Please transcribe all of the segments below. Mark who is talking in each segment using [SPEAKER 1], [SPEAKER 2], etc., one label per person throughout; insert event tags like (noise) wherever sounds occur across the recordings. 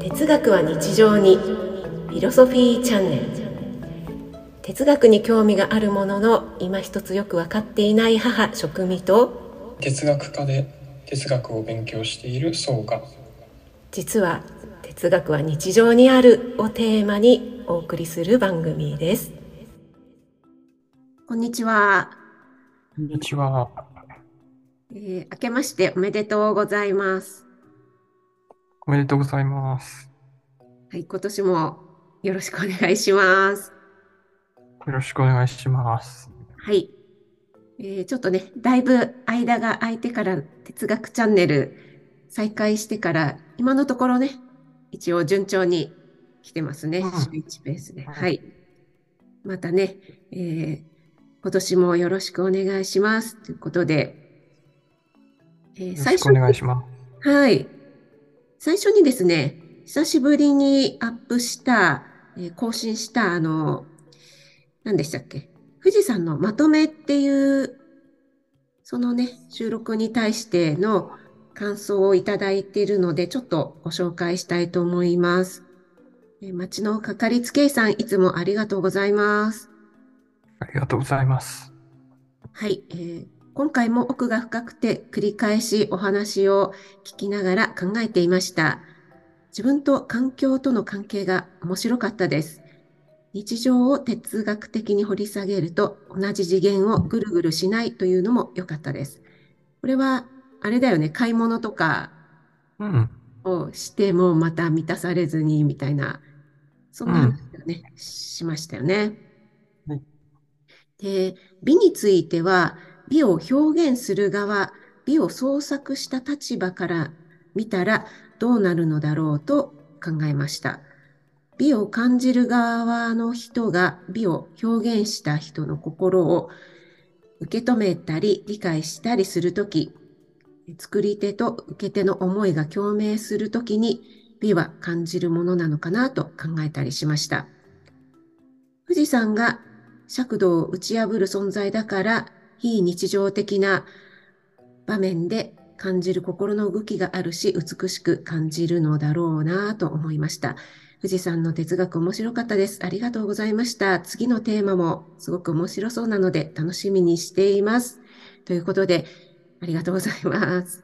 [SPEAKER 1] 哲学は日常にフィロソフィーチャンネル哲学に興味があるものの今一つよく分かっていない母職味と
[SPEAKER 2] 哲学科で哲学を勉強している宗が
[SPEAKER 1] 実は哲学は日常にあるをテーマにお送りする番組ですこんにちは、
[SPEAKER 2] こんにちは。
[SPEAKER 1] えー、明けましておめでとうございます
[SPEAKER 2] おめでとうございます。
[SPEAKER 1] はい、今年もよろしくお願いします
[SPEAKER 2] よろしくお願いします。
[SPEAKER 1] はい、えー、ちょっとねだいぶ間が空いてから哲学チャンネル再開してから今のところね一応順調に来てますね、
[SPEAKER 2] うん
[SPEAKER 1] 週1ペースで、
[SPEAKER 2] うん
[SPEAKER 1] はいまたね、えー今年もよろしくお願いしますということで、えー
[SPEAKER 2] よろ
[SPEAKER 1] 最
[SPEAKER 2] し
[SPEAKER 1] 初
[SPEAKER 2] くお
[SPEAKER 1] に
[SPEAKER 2] 願いします。
[SPEAKER 1] はい。最初にですね、久しぶりにアップした、えー更新した、あの、何でしたっけ、富士山のまとめっていう、そのね、収録に対しての感想をいただいているので、ちょっとご紹介したいと思います。えー町のかかりつけ医さん、いつもありがとうございます。
[SPEAKER 2] ありがとうございます。
[SPEAKER 1] はい、えー今回も奥が深くて繰り返しお話を聞きながら考えていました。自分と環境との関係が面白かったです。日常を哲学的に掘り下げると同じ次元をぐるぐるしないというのも良かったです。これはあれだよね、買い物とか
[SPEAKER 2] うん。
[SPEAKER 1] をしてもまた満たされずにみたいな、そんな話をね、しましたよね
[SPEAKER 2] はい。
[SPEAKER 1] で、美については、美を表現する側、美を創作した立場から見たらどうなるのだろうと考えました。美を感じる側の人が美を表現した人の心を受け止めたり理解したりするとき、作り手と受け手の思いが共鳴するときに美は感じるものなのかなと考えたりしました。富士山が尺度を打ち破る存在だから非日常的な場面で感じる心の動きがあるし美しく感じるのだろうなと思いました。富士山の哲学面白かったです。ありがとうございました。次のテーマもすごく面白そうなので楽しみにしています。ということで、ありがとうございます。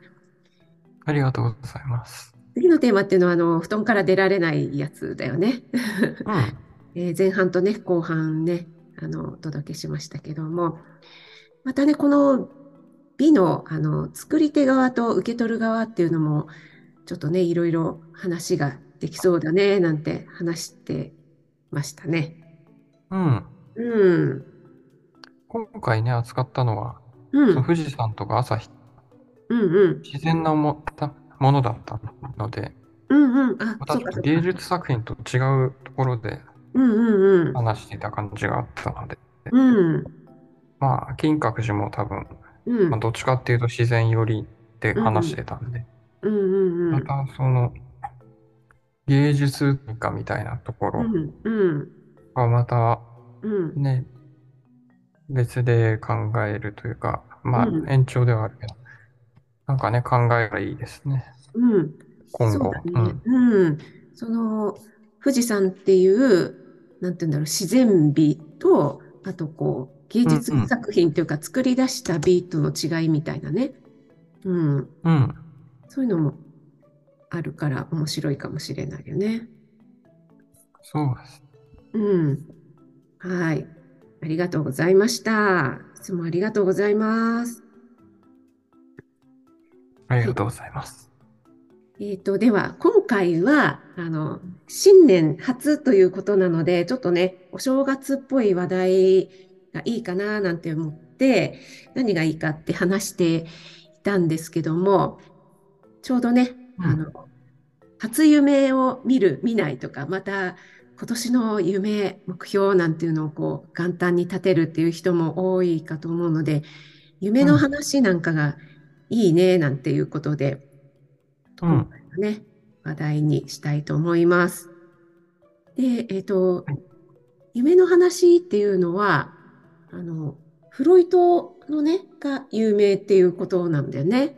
[SPEAKER 2] ありがとうございます。
[SPEAKER 1] 次のテーマっていうのは、あの、布団から出られないやつだよね。 (laughs)
[SPEAKER 2] うん。
[SPEAKER 1] えー前半とね、後半ね、あの、お届けしましたけども、またね、この美の、あの、作り手側と受け取る側っていうのも、ちょっとね、いろいろ話ができそうだね、なんて話してましたね。
[SPEAKER 2] うん。
[SPEAKER 1] うん。
[SPEAKER 2] 今回ね、扱ったのは、
[SPEAKER 1] うん。う
[SPEAKER 2] その
[SPEAKER 1] ん
[SPEAKER 2] 富士山とか朝日、
[SPEAKER 1] うん。
[SPEAKER 2] 自然なもたものだったので、
[SPEAKER 1] うんうん。あ、そ
[SPEAKER 2] また
[SPEAKER 1] う
[SPEAKER 2] ちょ
[SPEAKER 1] か
[SPEAKER 2] っ
[SPEAKER 1] そ
[SPEAKER 2] と
[SPEAKER 1] う
[SPEAKER 2] 芸
[SPEAKER 1] か。
[SPEAKER 2] 術作品と違うところで
[SPEAKER 1] うんうんうん。
[SPEAKER 2] 話していた感じがあったので、
[SPEAKER 1] うん。
[SPEAKER 2] まあ、金閣寺も多分、
[SPEAKER 1] うん。
[SPEAKER 2] まあ、どっちかっていうと自然寄りで話してたんで、
[SPEAKER 1] うんうんう
[SPEAKER 2] ま
[SPEAKER 1] ん。
[SPEAKER 2] たその、芸術家みたいなところ
[SPEAKER 1] うんうん
[SPEAKER 2] がまた
[SPEAKER 1] うん。
[SPEAKER 2] ね、別で考えるというか、まあ
[SPEAKER 1] うん
[SPEAKER 2] 延長ではあるけど、なんかね、考えがいいですね。
[SPEAKER 1] うん、
[SPEAKER 2] 今
[SPEAKER 1] そう
[SPEAKER 2] 後
[SPEAKER 1] だね。うん。その、富士山っていう、なんて言うんだろう、自然美と、あとこう、芸術
[SPEAKER 2] うんうん
[SPEAKER 1] 作品というか、作り出した美との違いみたいなね。うん。
[SPEAKER 2] うん。
[SPEAKER 1] そういうのもあるから面白いかもしれないよね。
[SPEAKER 2] そうです。
[SPEAKER 1] うん。はい。ありがとうございました。いつもありがとうございます。
[SPEAKER 2] ありがとうございます。
[SPEAKER 1] えーと、では、今回は、あの、新年初ということなので、ちょっとね、お正月っぽい話題がいいかななんて思って、何がいいかって話していたんですけども、ちょうどね、
[SPEAKER 2] うん
[SPEAKER 1] あの、初夢を見る、見ないとか、また今年の夢、目標なんていうのをこう、元旦に立てるっていう人も多いかと思うので、夢の
[SPEAKER 2] うん
[SPEAKER 1] 話なんかがいいね、なんていうことで、
[SPEAKER 2] うん。
[SPEAKER 1] ね、話題にしたいと思います。で、えっ、と、
[SPEAKER 2] はい
[SPEAKER 1] 夢の話っていうのは、あの、フロイトのね、が有名っていうことなんだよね。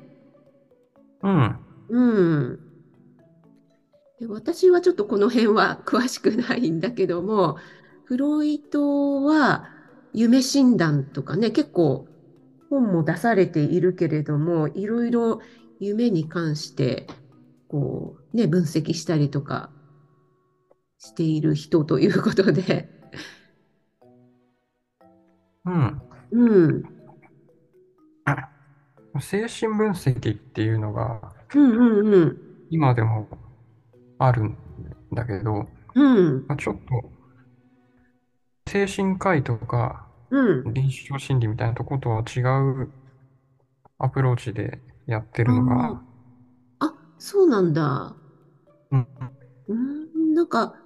[SPEAKER 2] うん。
[SPEAKER 1] うん。で私はちょっとこの辺は詳しくないんだけども、フロイトは夢診断とかね、結構本も出されているけれども、いろいろ夢に関してこう、ね、分析したりとかしている人ということで。
[SPEAKER 2] うん。
[SPEAKER 1] うん、
[SPEAKER 2] 精神分析っていうのが
[SPEAKER 1] うん、うん、うん。
[SPEAKER 2] 今でもあるんだけど、
[SPEAKER 1] うん、
[SPEAKER 2] まあ、ちょっと精神科医とか
[SPEAKER 1] うん。
[SPEAKER 2] 臨床心理みたいなとことは違うアプローチでやってるのが、
[SPEAKER 1] あ、そうなんだ。
[SPEAKER 2] うん、
[SPEAKER 1] うーん、なんか、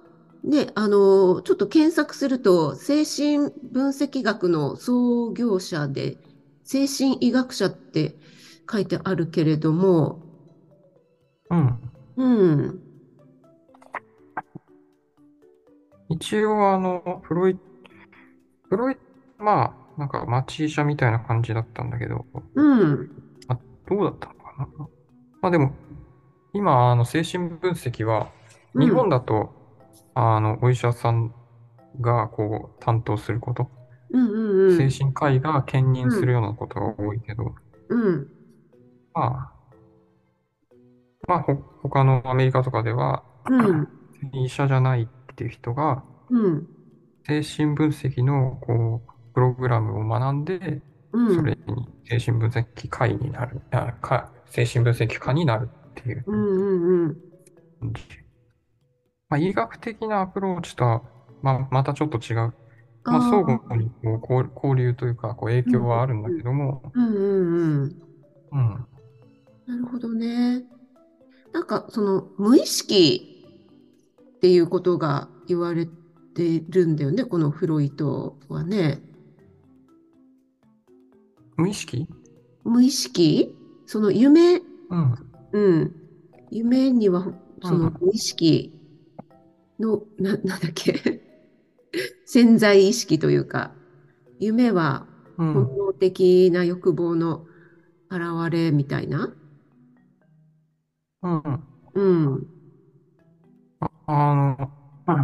[SPEAKER 1] ね、あの、ちょっと検索すると、精神分析学の創業者で、精神医学者って書いてあるけれども、
[SPEAKER 2] うん。
[SPEAKER 1] うん、
[SPEAKER 2] 一応あの、フロイ、フロイ、まあ、なんか町医者みたいな感じだったんだけど、
[SPEAKER 1] うん、
[SPEAKER 2] どうだったのかな。まあでも、今、あの、精神分析は、
[SPEAKER 1] うん
[SPEAKER 2] 日本だと、あの、お医者さんが、こう、担当すること、
[SPEAKER 1] うん、うん、うん
[SPEAKER 2] 精神科医が兼任するようなことが多いけど、
[SPEAKER 1] うん、
[SPEAKER 2] まあ、まあ、ほ、他のアメリカとかでは、
[SPEAKER 1] うん、
[SPEAKER 2] 医者じゃないっていう人が、
[SPEAKER 1] うん、
[SPEAKER 2] 精神分析の、こう、プログラムを学んで、
[SPEAKER 1] うん、
[SPEAKER 2] それに精神分析科医になる、あ、か、精神分析科になるっていう。
[SPEAKER 1] うん、うん、うん、
[SPEAKER 2] まあ、医学的なアプローチとは、まあ、またちょっと違う。まあ、
[SPEAKER 1] あー
[SPEAKER 2] 相互にこう交交流というか、こう影響はあるんだけども、
[SPEAKER 1] うん、うん、うん。
[SPEAKER 2] うん。
[SPEAKER 1] なるほどね。なんかその無意識っていうことが言われてるんだよね、このフロイトはね。
[SPEAKER 2] 無意識
[SPEAKER 1] 無意識その夢、
[SPEAKER 2] うん。
[SPEAKER 1] うん。夢にはその
[SPEAKER 2] うん
[SPEAKER 1] 無意識の、な、なんだっけ (laughs) 潜在意識というか、夢は
[SPEAKER 2] うん。
[SPEAKER 1] 本能的な欲望の現れみたいな。
[SPEAKER 2] うん。
[SPEAKER 1] うん。
[SPEAKER 2] あの、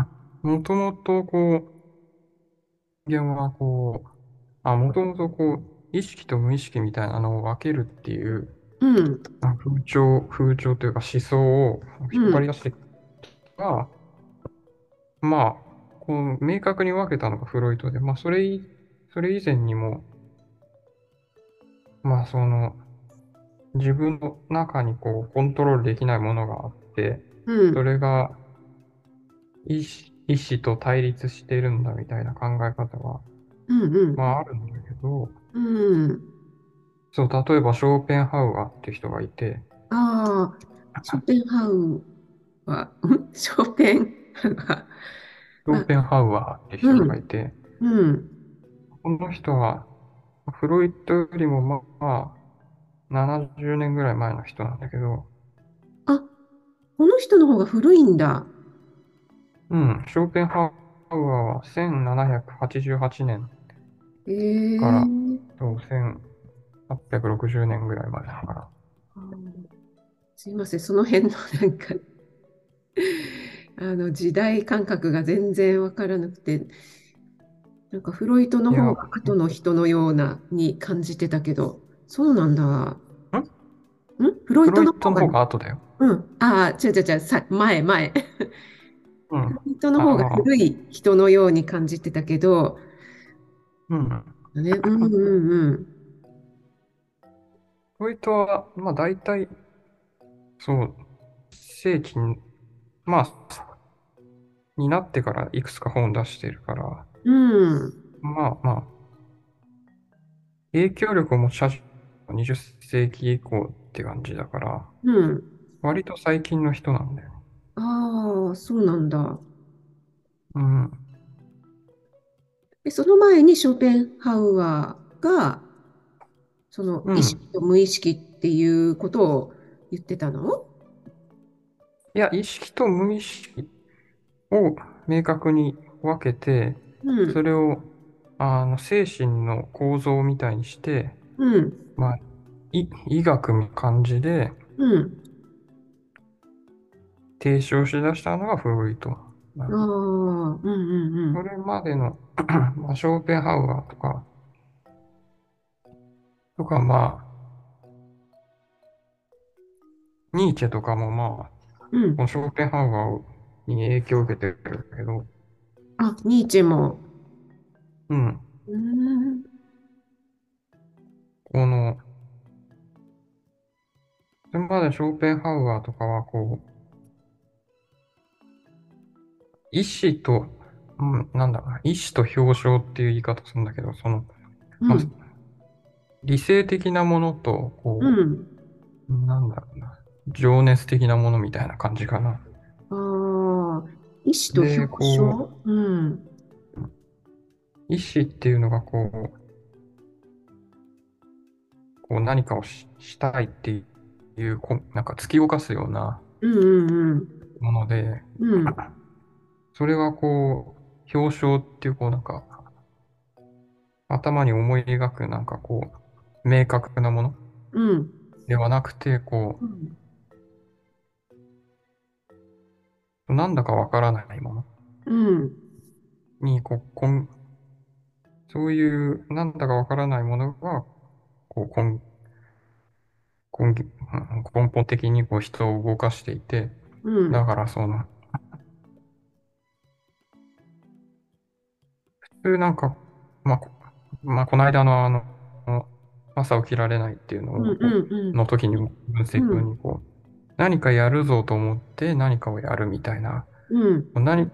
[SPEAKER 2] もともとこう、人間はこう、あ、もともとこう、意識と無意識みたいなのを分けるっていう、
[SPEAKER 1] うん。
[SPEAKER 2] あ風潮、風潮というか思想を引っ張り出してきたのが、まあ、こう明確に分けたのがフロイトで、まあ、それい、それ以前にも、まあ、その、自分の中にこう、コントロールできないものがあって、
[SPEAKER 1] うん。
[SPEAKER 2] それが意志、意志と対立してるんだみたいな考え方が、
[SPEAKER 1] うん。うん。
[SPEAKER 2] まあ、あるんだけど、
[SPEAKER 1] うん。
[SPEAKER 2] そう、例えばショーペンハウアーって人がいて、
[SPEAKER 1] ああ、ショペンハウは、んショペンハウは、
[SPEAKER 2] ショーペンハウアーって人がいて、
[SPEAKER 1] うん、
[SPEAKER 2] この人は、フロイトよりもまあ、まあ、70年ぐらい前の人なんだけど、
[SPEAKER 1] あ、この人の方が古いんだ。
[SPEAKER 2] うん、ショーペンハウアーは1788年
[SPEAKER 1] ええ
[SPEAKER 2] あらと1860年ぐらいまでだから。
[SPEAKER 1] すいません、その辺のなんかあの時代感覚が全然わからなくて、なんかフロイトの方が後の人のようなに感じてたけど、そうなんだ。んフロイ
[SPEAKER 2] フ
[SPEAKER 1] ト
[SPEAKER 2] ロイ
[SPEAKER 1] の方
[SPEAKER 2] トの
[SPEAKER 1] が、
[SPEAKER 2] 方が後だよ。
[SPEAKER 1] うん、ああ、違う違う違う、さ、前前。
[SPEAKER 2] うん、
[SPEAKER 1] 人の方が古い人のように感じてたけど、
[SPEAKER 2] うん。
[SPEAKER 1] ね、うんうんうん。
[SPEAKER 2] フロイトは、まあ大体、そう、世紀に、まあ、になってからいくつか本を出してるから、
[SPEAKER 1] うん、
[SPEAKER 2] まあまあ、影響力を持ち始めた20世紀以降って感じだから、
[SPEAKER 1] うん。
[SPEAKER 2] 割と最近の人なんだよね。
[SPEAKER 1] ああ、そうなんだ。
[SPEAKER 2] うん。
[SPEAKER 1] で、その前にショペンハウアーが、その
[SPEAKER 2] うん
[SPEAKER 1] 意識と無意識っていうことを言ってたの
[SPEAKER 2] いや、意識と無意識を明確に分けて、
[SPEAKER 1] うん、
[SPEAKER 2] それを、あの、精神の構造みたいにして、
[SPEAKER 1] うん、
[SPEAKER 2] い医学の感じで、
[SPEAKER 1] うん、
[SPEAKER 2] 提唱し出したのがフロイトな
[SPEAKER 1] あ
[SPEAKER 2] ん
[SPEAKER 1] あ、
[SPEAKER 2] です。
[SPEAKER 1] うんうんう
[SPEAKER 2] そ
[SPEAKER 1] ん。
[SPEAKER 2] れまでの、 (clears throat) まあ、ショーペンハウアーとか、とか、まあ、ニーチェとかも、まあ、
[SPEAKER 1] う
[SPEAKER 2] こ
[SPEAKER 1] ん。
[SPEAKER 2] のショーペンハウアーに影響を受けてるけど、
[SPEAKER 1] あ、ニーチェも。
[SPEAKER 2] うん、
[SPEAKER 1] うーん。
[SPEAKER 2] この、それまでショーペンハウアーとかは、こう、意思と、うん、なんだろうな、意思と表象っていう言い方するんだけど、その、
[SPEAKER 1] う
[SPEAKER 2] まあ、
[SPEAKER 1] ん。
[SPEAKER 2] 理性的なものと、こ
[SPEAKER 1] うん。
[SPEAKER 2] う、なんだろうな、情熱的なものみたいな感じかな。
[SPEAKER 1] ああ、意思と表
[SPEAKER 2] で、こ
[SPEAKER 1] 彰うん。
[SPEAKER 2] う、意思っていうのが、こう、こう何かをし、したいっていう、こう、なんか突き動かすような
[SPEAKER 1] うんうん
[SPEAKER 2] もので、
[SPEAKER 1] うん。うん。
[SPEAKER 2] それはこう、表象っていう、こう、なんか、頭に思い描く、なんかこう、明確なもの
[SPEAKER 1] うん。
[SPEAKER 2] ではなくて、こ
[SPEAKER 1] うん
[SPEAKER 2] う、なんだかわからないもの
[SPEAKER 1] うん
[SPEAKER 2] に、こう、こん、そういう、なんだかわからないものが、こう、根、根源、うん根本的にこう人を動かしていて、
[SPEAKER 1] う
[SPEAKER 2] だ
[SPEAKER 1] ん
[SPEAKER 2] からその、普通なんか、まあ、こまあ、この間のあの、朝起きられないっていう
[SPEAKER 1] うん
[SPEAKER 2] のを、こ
[SPEAKER 1] うんう
[SPEAKER 2] うんの時にも分析
[SPEAKER 1] う
[SPEAKER 2] にこう、何かやるぞと思って何かをやるみたいな、
[SPEAKER 1] ん
[SPEAKER 2] 何、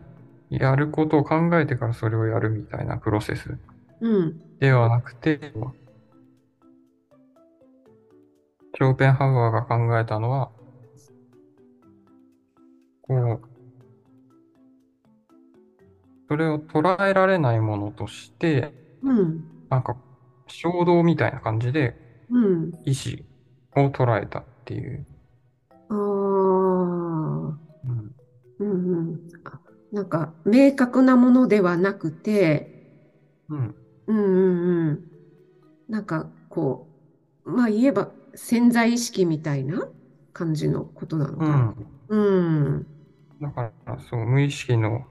[SPEAKER 2] やることを考えてからそれをやるみたいなプロセス
[SPEAKER 1] うん
[SPEAKER 2] ではなくて、ショーペンハウアーが考えたのは、こう、それを捉えられないものとして、
[SPEAKER 1] うん
[SPEAKER 2] なんか衝動みたいな感じで
[SPEAKER 1] うん
[SPEAKER 2] 意志を捉えたっていう。
[SPEAKER 1] あー
[SPEAKER 2] うん
[SPEAKER 1] うんうんあなんか明確なものではなくて
[SPEAKER 2] うん
[SPEAKER 1] うんうんうんなんかこうまあ言えば潜在意識みたいな感じのことなの
[SPEAKER 2] う
[SPEAKER 1] かなんうん
[SPEAKER 2] だからそう無意識の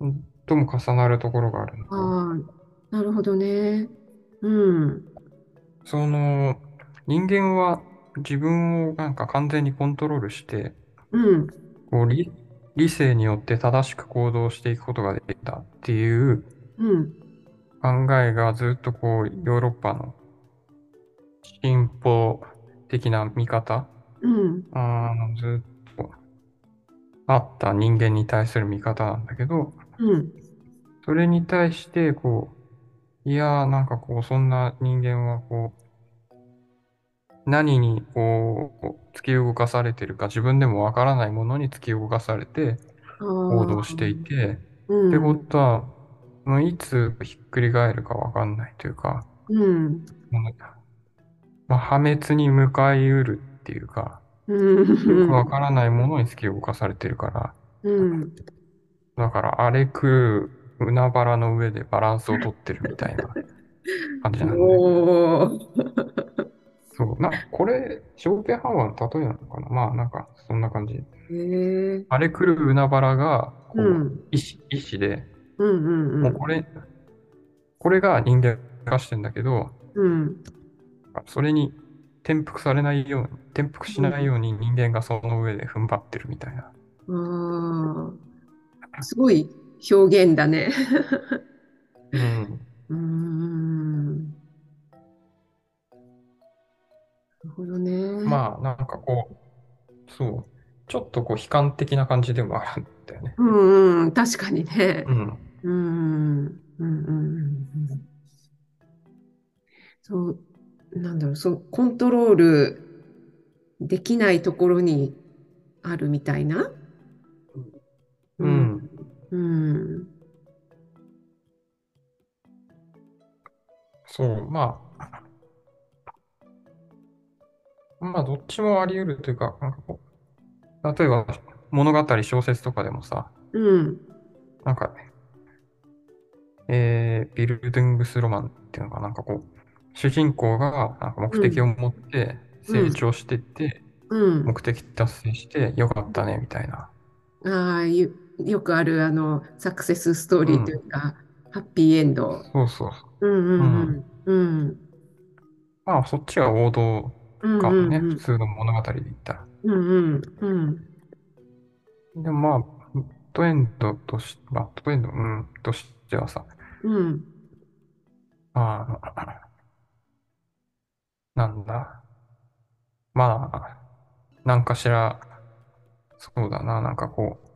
[SPEAKER 2] うんとも重なるところがあるので、
[SPEAKER 1] ああなるほどねうん
[SPEAKER 2] その人間は自分をなんか完全にコントロールして
[SPEAKER 1] うん
[SPEAKER 2] こう理、理性によって正しく行動していくことができたっていう
[SPEAKER 1] うん
[SPEAKER 2] 考えがずっとこうヨーロッパの進歩的な見方、
[SPEAKER 1] うん
[SPEAKER 2] あのずっとあった人間に対する見方なんだけど、
[SPEAKER 1] うん
[SPEAKER 2] それに対してこう、いやーなんかこうそんな人間はこう何にこう突き動かされてるか自分でもわからないものに突き動かされて
[SPEAKER 1] あ
[SPEAKER 2] 行
[SPEAKER 1] あ
[SPEAKER 2] 動していて、っ
[SPEAKER 1] う
[SPEAKER 2] てこ
[SPEAKER 1] ん
[SPEAKER 2] とは、もういつひっくり返るかわかんないというか、
[SPEAKER 1] うん
[SPEAKER 2] もうまあ、破滅に向かいうるっていうか、よく
[SPEAKER 1] う
[SPEAKER 2] わ
[SPEAKER 1] ん
[SPEAKER 2] からないものに突き動かされてるから、
[SPEAKER 1] うん
[SPEAKER 2] だから荒れ狂う海原の上でバランスをとってるみたいな感じなん
[SPEAKER 1] (laughs)
[SPEAKER 2] で。
[SPEAKER 1] おお
[SPEAKER 2] そう、なんかこれ、証券ハウアーの例えなのかなまあなんかそんな感じ。
[SPEAKER 1] へえ
[SPEAKER 2] 荒れ狂う海原が、
[SPEAKER 1] う
[SPEAKER 2] こう、
[SPEAKER 1] ん
[SPEAKER 2] 意志、意志で、
[SPEAKER 1] うんう
[SPEAKER 2] もうんこれ、これが人間化してんだけど、
[SPEAKER 1] うん
[SPEAKER 2] それに転覆されないように、転覆し
[SPEAKER 1] う
[SPEAKER 2] ない
[SPEAKER 1] ん
[SPEAKER 2] ように人間がその上で踏ん張ってるみたいな。
[SPEAKER 1] うんああすごい表現だねう
[SPEAKER 2] うん。
[SPEAKER 1] ーんなるほどね
[SPEAKER 2] まあ、なんかこう、そう、ちょっとこう悲観的な感じでもあるんだよね。
[SPEAKER 1] うんうん確かにね
[SPEAKER 2] うん。
[SPEAKER 1] うんうんうんうんうんそうなんだろうそうコントロールできないところにあるみたいなう
[SPEAKER 2] うんん。
[SPEAKER 1] うん
[SPEAKER 2] そう、まあ、まあ、どっちもあり得るというか、なんかこう、例えば物語、小説とかでもさ、
[SPEAKER 1] うん
[SPEAKER 2] なんか、えー、ビルドゥングスロマンっていうのが、なんかこう、主人公がなんか目
[SPEAKER 1] う
[SPEAKER 2] 的を
[SPEAKER 1] ん
[SPEAKER 2] 持って
[SPEAKER 1] う
[SPEAKER 2] 成
[SPEAKER 1] ん
[SPEAKER 2] 長してって、
[SPEAKER 1] うん。
[SPEAKER 2] 目的達成してよかったね、みたいな。
[SPEAKER 1] ああ、よよくある、あの、サクセスストー
[SPEAKER 2] う
[SPEAKER 1] リーとい
[SPEAKER 2] ん。
[SPEAKER 1] うか、ハッピーエンド。
[SPEAKER 2] そうそうそうう。うん。
[SPEAKER 1] うんんうん。うん。
[SPEAKER 2] まあ、そっちが王道
[SPEAKER 1] うん
[SPEAKER 2] か
[SPEAKER 1] う
[SPEAKER 2] も
[SPEAKER 1] ん
[SPEAKER 2] ね、
[SPEAKER 1] う
[SPEAKER 2] 普
[SPEAKER 1] ん。
[SPEAKER 2] 通の物語で言ったら。
[SPEAKER 1] うんうんうん。
[SPEAKER 2] でもまあ、バッドエンドとし、バッドエンド、うん、としてはさ、
[SPEAKER 1] うん。
[SPEAKER 2] ああ、なんだ、まあ、なんかしら、そうだな、なんかこう、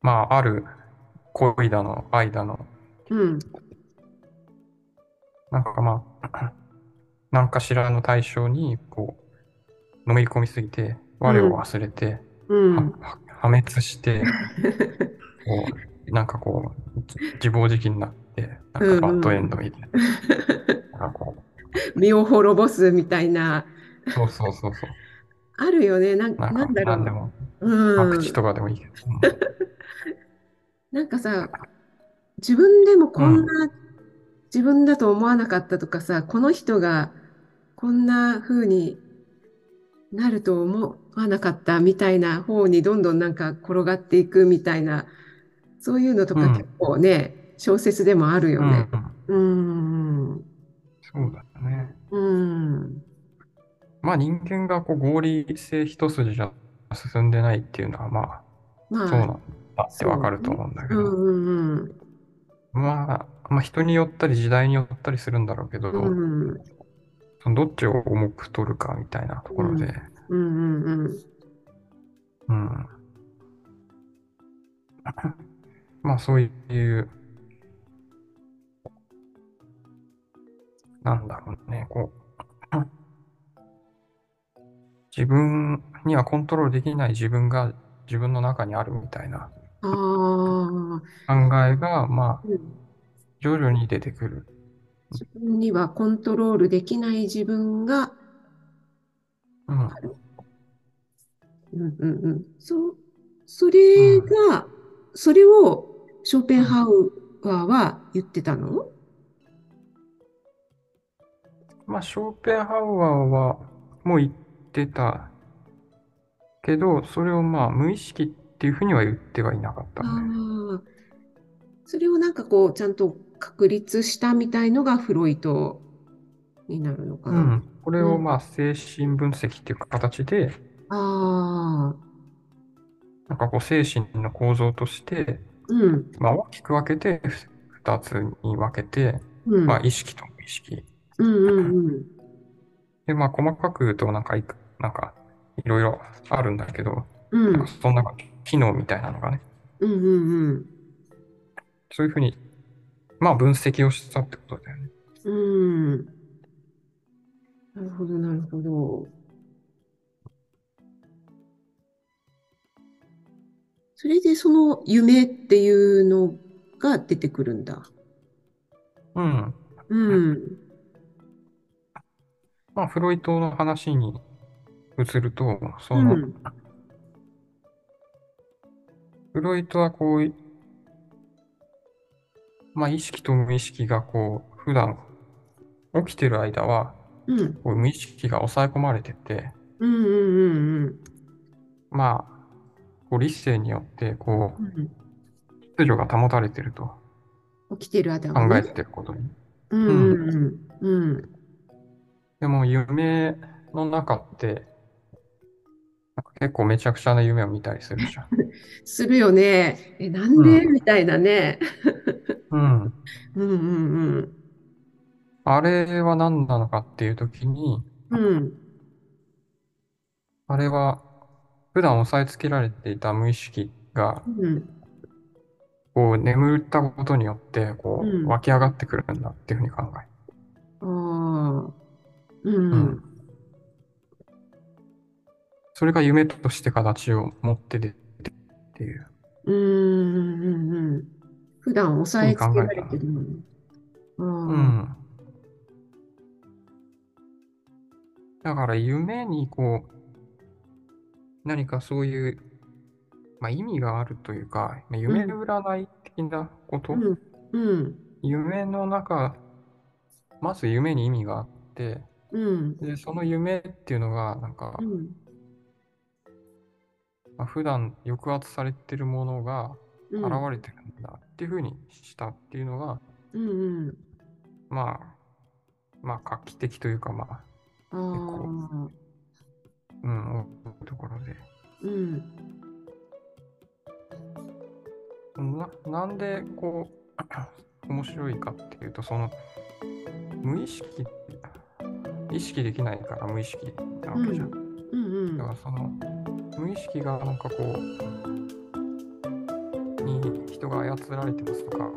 [SPEAKER 2] まあ、ある恋だの、愛だの、
[SPEAKER 1] うん。
[SPEAKER 2] なんかまあ、なんかしらの対象に、こう、のめり込みすぎて、我
[SPEAKER 1] う
[SPEAKER 2] を
[SPEAKER 1] ん。
[SPEAKER 2] 忘れて、
[SPEAKER 1] う
[SPEAKER 2] は、
[SPEAKER 1] ん。
[SPEAKER 2] は破滅して、
[SPEAKER 1] (laughs)
[SPEAKER 2] こう、なんかこう、じ自暴自棄になって、なん
[SPEAKER 1] う
[SPEAKER 2] か
[SPEAKER 1] ん
[SPEAKER 2] バッド
[SPEAKER 1] う
[SPEAKER 2] エン
[SPEAKER 1] ん。
[SPEAKER 2] ドみたいな、なんかこう、
[SPEAKER 1] 身を滅ぼすみたいな、
[SPEAKER 2] そうそうそうそう。
[SPEAKER 1] あるよね。なん、
[SPEAKER 2] なん
[SPEAKER 1] な
[SPEAKER 2] か、
[SPEAKER 1] んだ
[SPEAKER 2] なんで
[SPEAKER 1] ろ
[SPEAKER 2] も、
[SPEAKER 1] う。
[SPEAKER 2] 博
[SPEAKER 1] う
[SPEAKER 2] 打
[SPEAKER 1] ん。
[SPEAKER 2] とかでもいいけど。
[SPEAKER 1] なんかさ、自分でも
[SPEAKER 2] う
[SPEAKER 1] こん
[SPEAKER 2] ん。
[SPEAKER 1] な自分だと思わなかったとかさ、この人がこんな風になると思わなかったみたいな方にどんどんなんか転がっていくみたいな、そういうのと
[SPEAKER 2] う
[SPEAKER 1] か
[SPEAKER 2] ん。
[SPEAKER 1] 結構ね、小説でもある
[SPEAKER 2] う
[SPEAKER 1] よ
[SPEAKER 2] ん。う
[SPEAKER 1] ね。
[SPEAKER 2] ん
[SPEAKER 1] うーん。
[SPEAKER 2] そうだね。
[SPEAKER 1] うーん。
[SPEAKER 2] まあ人間がこう合理性一筋じゃ進んでないっていうのはまあそう
[SPEAKER 1] まあ、
[SPEAKER 2] なんだってわ
[SPEAKER 1] そ
[SPEAKER 2] か
[SPEAKER 1] う
[SPEAKER 2] ると
[SPEAKER 1] ね。
[SPEAKER 2] 思うんだ
[SPEAKER 1] う
[SPEAKER 2] けど、
[SPEAKER 1] んうん
[SPEAKER 2] まあ、まあ人によったり時代によったりするんだろうけ
[SPEAKER 1] う
[SPEAKER 2] ど、
[SPEAKER 1] ん。うん。
[SPEAKER 2] そのどっちを重く取るかみたいなとこ
[SPEAKER 1] う
[SPEAKER 2] ろ
[SPEAKER 1] ん。
[SPEAKER 2] で、
[SPEAKER 1] うんうんうん。
[SPEAKER 2] うん。 (laughs) まあそういう、なんだろう (laughs) ね、こう、自分にはコントロールできない自分が自分の中にあるみたいな
[SPEAKER 1] ああ。
[SPEAKER 2] 考えが、まあ
[SPEAKER 1] うん
[SPEAKER 2] 徐々に出てくる。
[SPEAKER 1] 自分にはコントロールできない自分が
[SPEAKER 2] うん、
[SPEAKER 1] ある。うんうんうん。そう、そうれ
[SPEAKER 2] ん、
[SPEAKER 1] が、それをショーペ
[SPEAKER 2] う
[SPEAKER 1] ン
[SPEAKER 2] ん。
[SPEAKER 1] ハウアーは言ってたの
[SPEAKER 2] まあ、ショーペンハウアーはもう言ってたけど、それをまあ無意識っていうふうには言ってはいなかった
[SPEAKER 1] ああ
[SPEAKER 2] の
[SPEAKER 1] ー、
[SPEAKER 2] ね。
[SPEAKER 1] それをなんかこう、ちゃんと確立したみたいのがフロイトになるのか
[SPEAKER 2] う
[SPEAKER 1] な。
[SPEAKER 2] ん。これ
[SPEAKER 1] う
[SPEAKER 2] を
[SPEAKER 1] ん。
[SPEAKER 2] まあ精神分析っていう形で、
[SPEAKER 1] ああ、
[SPEAKER 2] なんかこう精神の構造として、
[SPEAKER 1] うん、
[SPEAKER 2] まあ大きく分けて2つに分けて、
[SPEAKER 1] う
[SPEAKER 2] まあ
[SPEAKER 1] ん、
[SPEAKER 2] 意識と無意識。
[SPEAKER 1] うん、うん、うん。
[SPEAKER 2] で、まあ細かく言うとなんかいく、なんかいろいろあるんだけど、
[SPEAKER 1] う
[SPEAKER 2] なんか
[SPEAKER 1] ん、
[SPEAKER 2] そんな機能みたいなのがね、
[SPEAKER 1] うん、うん、
[SPEAKER 2] そういうふうに、まあ分析をしたってことだよね。
[SPEAKER 1] うん。うんなるほど、なるほど。それでその夢っていうのが出てくるんだ。
[SPEAKER 2] うん。
[SPEAKER 1] うん。
[SPEAKER 2] まあ、フロイトの話に移ると、
[SPEAKER 1] う
[SPEAKER 2] その、
[SPEAKER 1] ん。
[SPEAKER 2] フロイトはこう、まあ、意識と無意識がこう、普段起きてる間は、
[SPEAKER 1] うん。
[SPEAKER 2] こう無意識が抑え込まれてて、
[SPEAKER 1] うんうんうん
[SPEAKER 2] まあ、こう理性によって、こ
[SPEAKER 1] うん。
[SPEAKER 2] う、秩序が保たれてると
[SPEAKER 1] うん起きてる間は
[SPEAKER 2] 考え
[SPEAKER 1] ね。
[SPEAKER 2] てることに。
[SPEAKER 1] う
[SPEAKER 2] うん。
[SPEAKER 1] んうんうん。うん。
[SPEAKER 2] でも、夢の中って、なんか結構めちゃくちゃな夢を見たりするじゃん。
[SPEAKER 1] するよね。え、なん
[SPEAKER 2] う
[SPEAKER 1] で
[SPEAKER 2] ん。
[SPEAKER 1] みたいなね。
[SPEAKER 2] うん。
[SPEAKER 1] うんうんうん。
[SPEAKER 2] あれは何なのかっていうときに、
[SPEAKER 1] うん。
[SPEAKER 2] あれは、普段押さえつけられていた無意識が、
[SPEAKER 1] うん。
[SPEAKER 2] こう、眠ったことによって、
[SPEAKER 1] う
[SPEAKER 2] こう、湧
[SPEAKER 1] ん。
[SPEAKER 2] き上がってくるんだっていうふうに考え
[SPEAKER 1] ああ。う
[SPEAKER 2] る。うん。
[SPEAKER 1] ん。
[SPEAKER 2] それが夢として形を持って出てっていう
[SPEAKER 1] うんうんうんうん。普段
[SPEAKER 2] ふ
[SPEAKER 1] 抑
[SPEAKER 2] うに
[SPEAKER 1] え
[SPEAKER 2] 考
[SPEAKER 1] つけ
[SPEAKER 2] え
[SPEAKER 1] られ
[SPEAKER 2] た
[SPEAKER 1] て
[SPEAKER 2] の。
[SPEAKER 1] るもんね。
[SPEAKER 2] う
[SPEAKER 1] ああ。
[SPEAKER 2] ん。だから夢に、こう、何かそういう、まあ、意味があるというか、まあ、
[SPEAKER 1] う
[SPEAKER 2] 夢
[SPEAKER 1] ん
[SPEAKER 2] 占い的なこ
[SPEAKER 1] う
[SPEAKER 2] と、
[SPEAKER 1] んうん
[SPEAKER 2] 夢の中、まず夢に意味があって、
[SPEAKER 1] うん、
[SPEAKER 2] で、その夢っていうのが、なん
[SPEAKER 1] う
[SPEAKER 2] か、
[SPEAKER 1] ん、
[SPEAKER 2] まあ、普段抑圧されてるものが
[SPEAKER 1] うん、
[SPEAKER 2] 現れてるんだっていうふうにしたっていうのが、
[SPEAKER 1] うん、うん。
[SPEAKER 2] まあ、まあ、画期的というか、まあ、
[SPEAKER 1] あ
[SPEAKER 2] 結構、
[SPEAKER 1] あ、
[SPEAKER 2] うん、思うところで。
[SPEAKER 1] うん、
[SPEAKER 2] な、なんで、こう、 (clears throat) 面白いかっていうと、その、無意識、意識できないから無意識なわ
[SPEAKER 1] う
[SPEAKER 2] けじゃん。
[SPEAKER 1] ん、うん、う
[SPEAKER 2] だか
[SPEAKER 1] ん、
[SPEAKER 2] ら、その、無意識が、なんかこう、に人が操られてますとか、